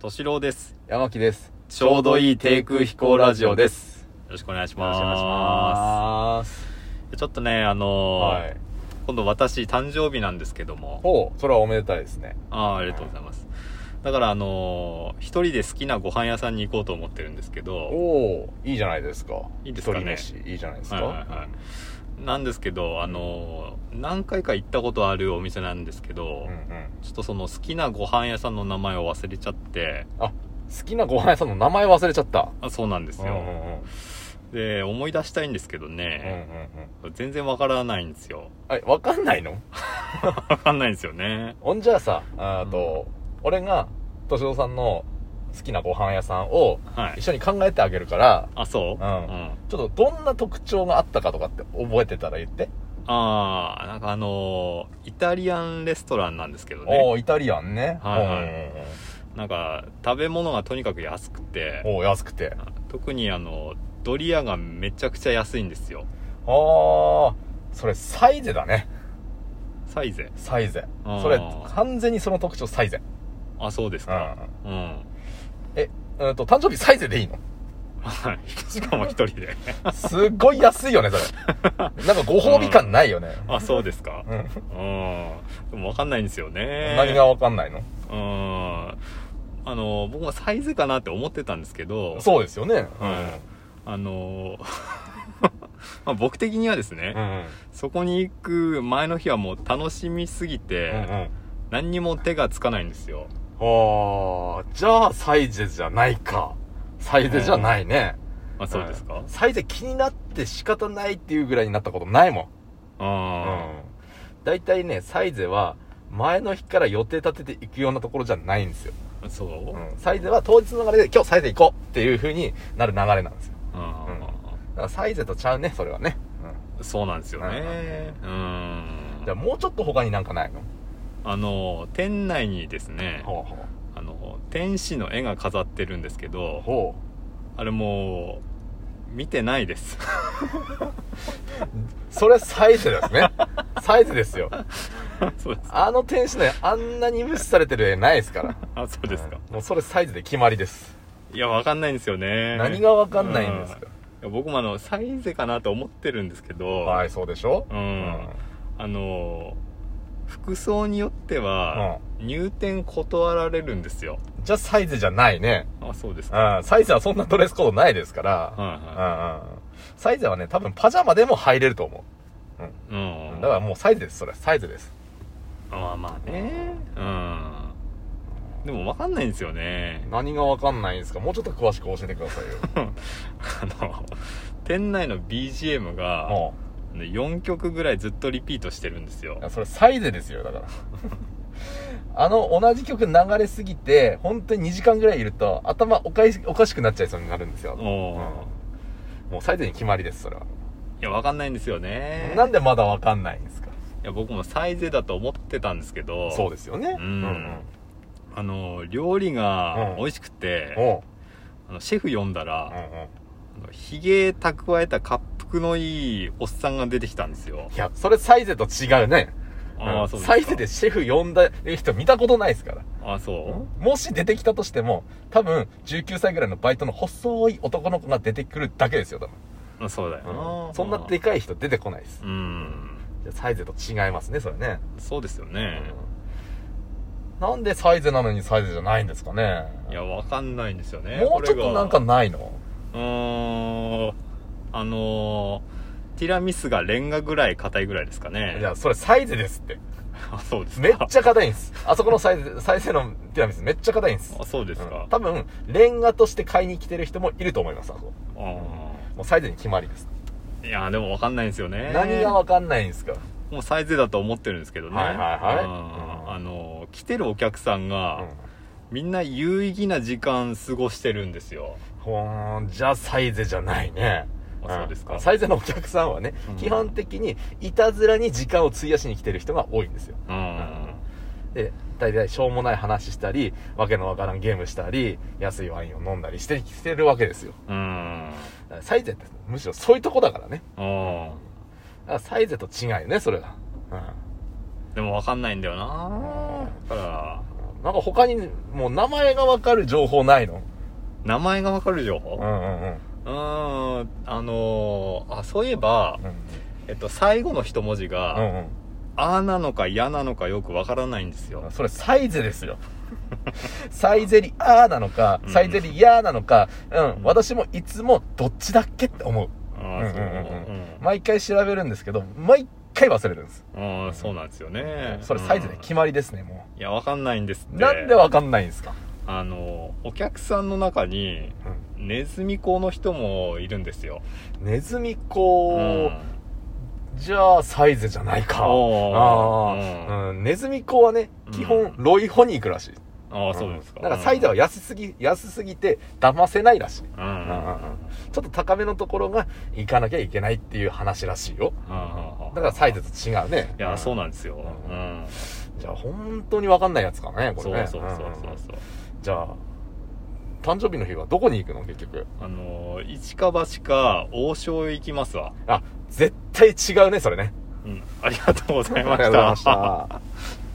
敏郎です。よ山木です。。ちょうどいい低空飛行ラジオですろしくお願いしよろましす。くお願いします。ちょっとね、あのーはい。今度私誕生日なんですけども、ほう、それはおめでたいですね。あーありがとうございます。だからあのー一人で好きなご飯屋さんに行こうと思ってるんですけおど、おー、いいじゃないですか。いいですかね一人飯、いいじゃないですはいはいはかい。なんですけど、あのー何回か行ったことあるお店なんですけど、うんうん。ちょっとその好きなご飯屋さんの名前を忘れちゃって、好きなご飯屋さんの名前忘れちゃった。あそうなんですうんうんうん。よ。で、思い出したいんですけどうんうんね、うん。全然わからないんですよ。あ、わかんないのわかんないんですよね。ほんじゃあさ、あと、俺が、敏郎さんの好きなご飯屋さんをはい一。緒に考えてあげるから、あ、そううんちょっとどんな特徴があったかとかって覚えてたら言って。ああ、なんかあのーイタリアンレストランなんですけどおね。ー、イタリアンね。はいはいうんうんうんなんか、食べ物がとにかく安くて、お安くて。あ特にあの、ドリアがめちゃくちゃ安いんですよ。あ、それサイゼだね。サイゼ。サイゼあー。それ完全にその特徴サイゼ。あ、そうですうか。ん。うん。 うんと、誕生日サイゼでいいのはい。しかも一人で。すっごい安いよね、 それ。なんかご褒美感ないよね。あ、そうですか。うん。うん。でもわかんないんですよね。何がわかんないのうん。あのー僕もサイゼかなって思ってたんですけど、そうですよね。はいあのー まあ僕的にはですね、うん。うん。そこに行く前の日はもう楽しみすぎて、うん。何にも手がつかないんですよ。ああ、じゃあサイゼじゃないか。サイゼじゃないね。あ、そうですか、んサイゼ気になって仕方ないっていうぐらいになったことないもん。あうん大体ね、サイゼは、前の日から予定立てていくようなところじゃないんですよ。あ、そう、ううんんサイゼは当日の流れで今日サイゼ行こうっていう風になる流れなんですよ。だからサイゼとちゃうね、それはね。そうなんですよね。うん。うんじゃあもうちょっと他になんかないのあの、店内にですね、ほうほう。あの、天使の絵が飾ってるんですけど、ほあれもう、見てないです。 う。それサイゼです ね。サイゼですよ。そうです。あの天使の絵あんなに無視されてる絵ないですから。あ、そうですか。うんもうそれサイズで決まりです。いや、わかんないんですよね。何がわかんないんですか、いや僕もあの、サイゼかなと思ってるんですけど、はい、そうでしょうんうんあのー服装によっては入店断られるんですよ、じゃあサイズじゃないね。あそうですか、うん、サイズはそんなドレスコードないですから。はいはうんうんサイズはね、多分パジャマでも入れると思い、うんう。だからもうサイズです、それ。サイズです。まあまあねうんでも分かんないんですよね何がわかんないんですかもうちょっと詳しく教えてくださいよ。あの店内の BGM が も4曲ぐらいずっとリピートしてるんですよう。それサイズですよ、だから。 あの、同じ曲流れすぎて、本当に2時間ぐらいいると、頭おかしおかしくなっちゃいそうになるんですよ。おーうんもうサイズに決まりです、それは。いや分かんないんですよねなんでまだわかんないんですかいや僕もサイゼだと思ってたんですけどそうですよね。うんあの料理が美味しくて、うん。おうあのシェフ呼んだら、うんうん。あのひげ蓄えた恰幅のいいおっさんが出てきたんですよ。いや、それサイゼと違うね。あうあ、んそうですか。サイゼでシェフ呼んだ人見たことないですから。ああ、そもし出てきたとしても、多分、19歳ぐらいのバイトの細い男の子が出てくるだけですよ、多うあそうだよ分。な。そんなでかい人出てこないですう。ん。じゃあサイゼと違いますね、それね。そうですよね。うんなんでサイゼなのにサイゼじゃないんですかね。いや、わかんないんですよね。もうこちょっれとがなんか、ないのうーん。あのー、ティラミスがレンガぐらい硬いぐらいですかね。いや、それサイゼですって。あ、そうですか。めっちゃ硬いんです。あそこのサイゼ、サイゼのティラミスめっちゃ硬いんです。あ、そうですうかん。多分、レンガとして買いに来てる人もいると思います、あそこ。うもうサイゼに決まりです。ん。いや、でもわかんないんですよね。何がわかんないんですかもうサイゼだと思ってるんですけどね。はいはいはいうんうんあのー、来てるお客さんが、うんみんな有意義な時間過ごしてるんですよ。ほーん、じゃあサイゼじゃないね。あそうですかんサイゼのお客さんはね、うん基本的にいたずらに時間を費やしに来てる人が多いんですよ。うん。で、大体しょうもない話したり、わけのわからんゲームしたり、安いワインを飲んだりしてきてるわけですよ。うん。だからサイゼってむしろそういうとこだからね。うん。だからサイゼと違いよね、それは。うんでもわかんないんだよなだから、なんか他に、もう名前がわかる情報ないの名前がわかる情う報んうんうん。うーん、あのーあ、そういえば、うんえっと、最後の一文字うが、んうん。あなのかやなのかよくわからないんですよ。それサイゼですよ。 サイゼリアーなのか、うんサイゼリヤーなのか、うん、私もいつもどっちだっけって思う。あうんうんーうそう、うんんうん。毎回調べるんですけど、毎回忘れるんです。あーそうなんですよね。それサイゼでうん決まりですね、もいや、わかんないんですっう。て。なんでわかんないんですかあの、お客さんの中に、ネズミ講の人もいるんですよ。ネズミうん講、じゃあサイゼじゃないか。おーあうんーうんネズミ講はね、基本うロイホに行くらしい。ああ、そうですか。なんかサイゼは安すぎ、安すぎて騙せないらしい。うん、うん。うんうんちょっと高めのところが行かなきゃいけないっていう話らしいよ。うんだからサイズと違うね。いや、そうななんですよ。ううんん。じゃあ本当にわかんないやつかね、こそうれね。そうそうそんうそう。じゃあ、誕生日の日はどこに行くの結局。あの、市か橋か王将へ行きますわ。あ、絶対違うね、それね。うん。ありがとうございまありがとうございまし。したた。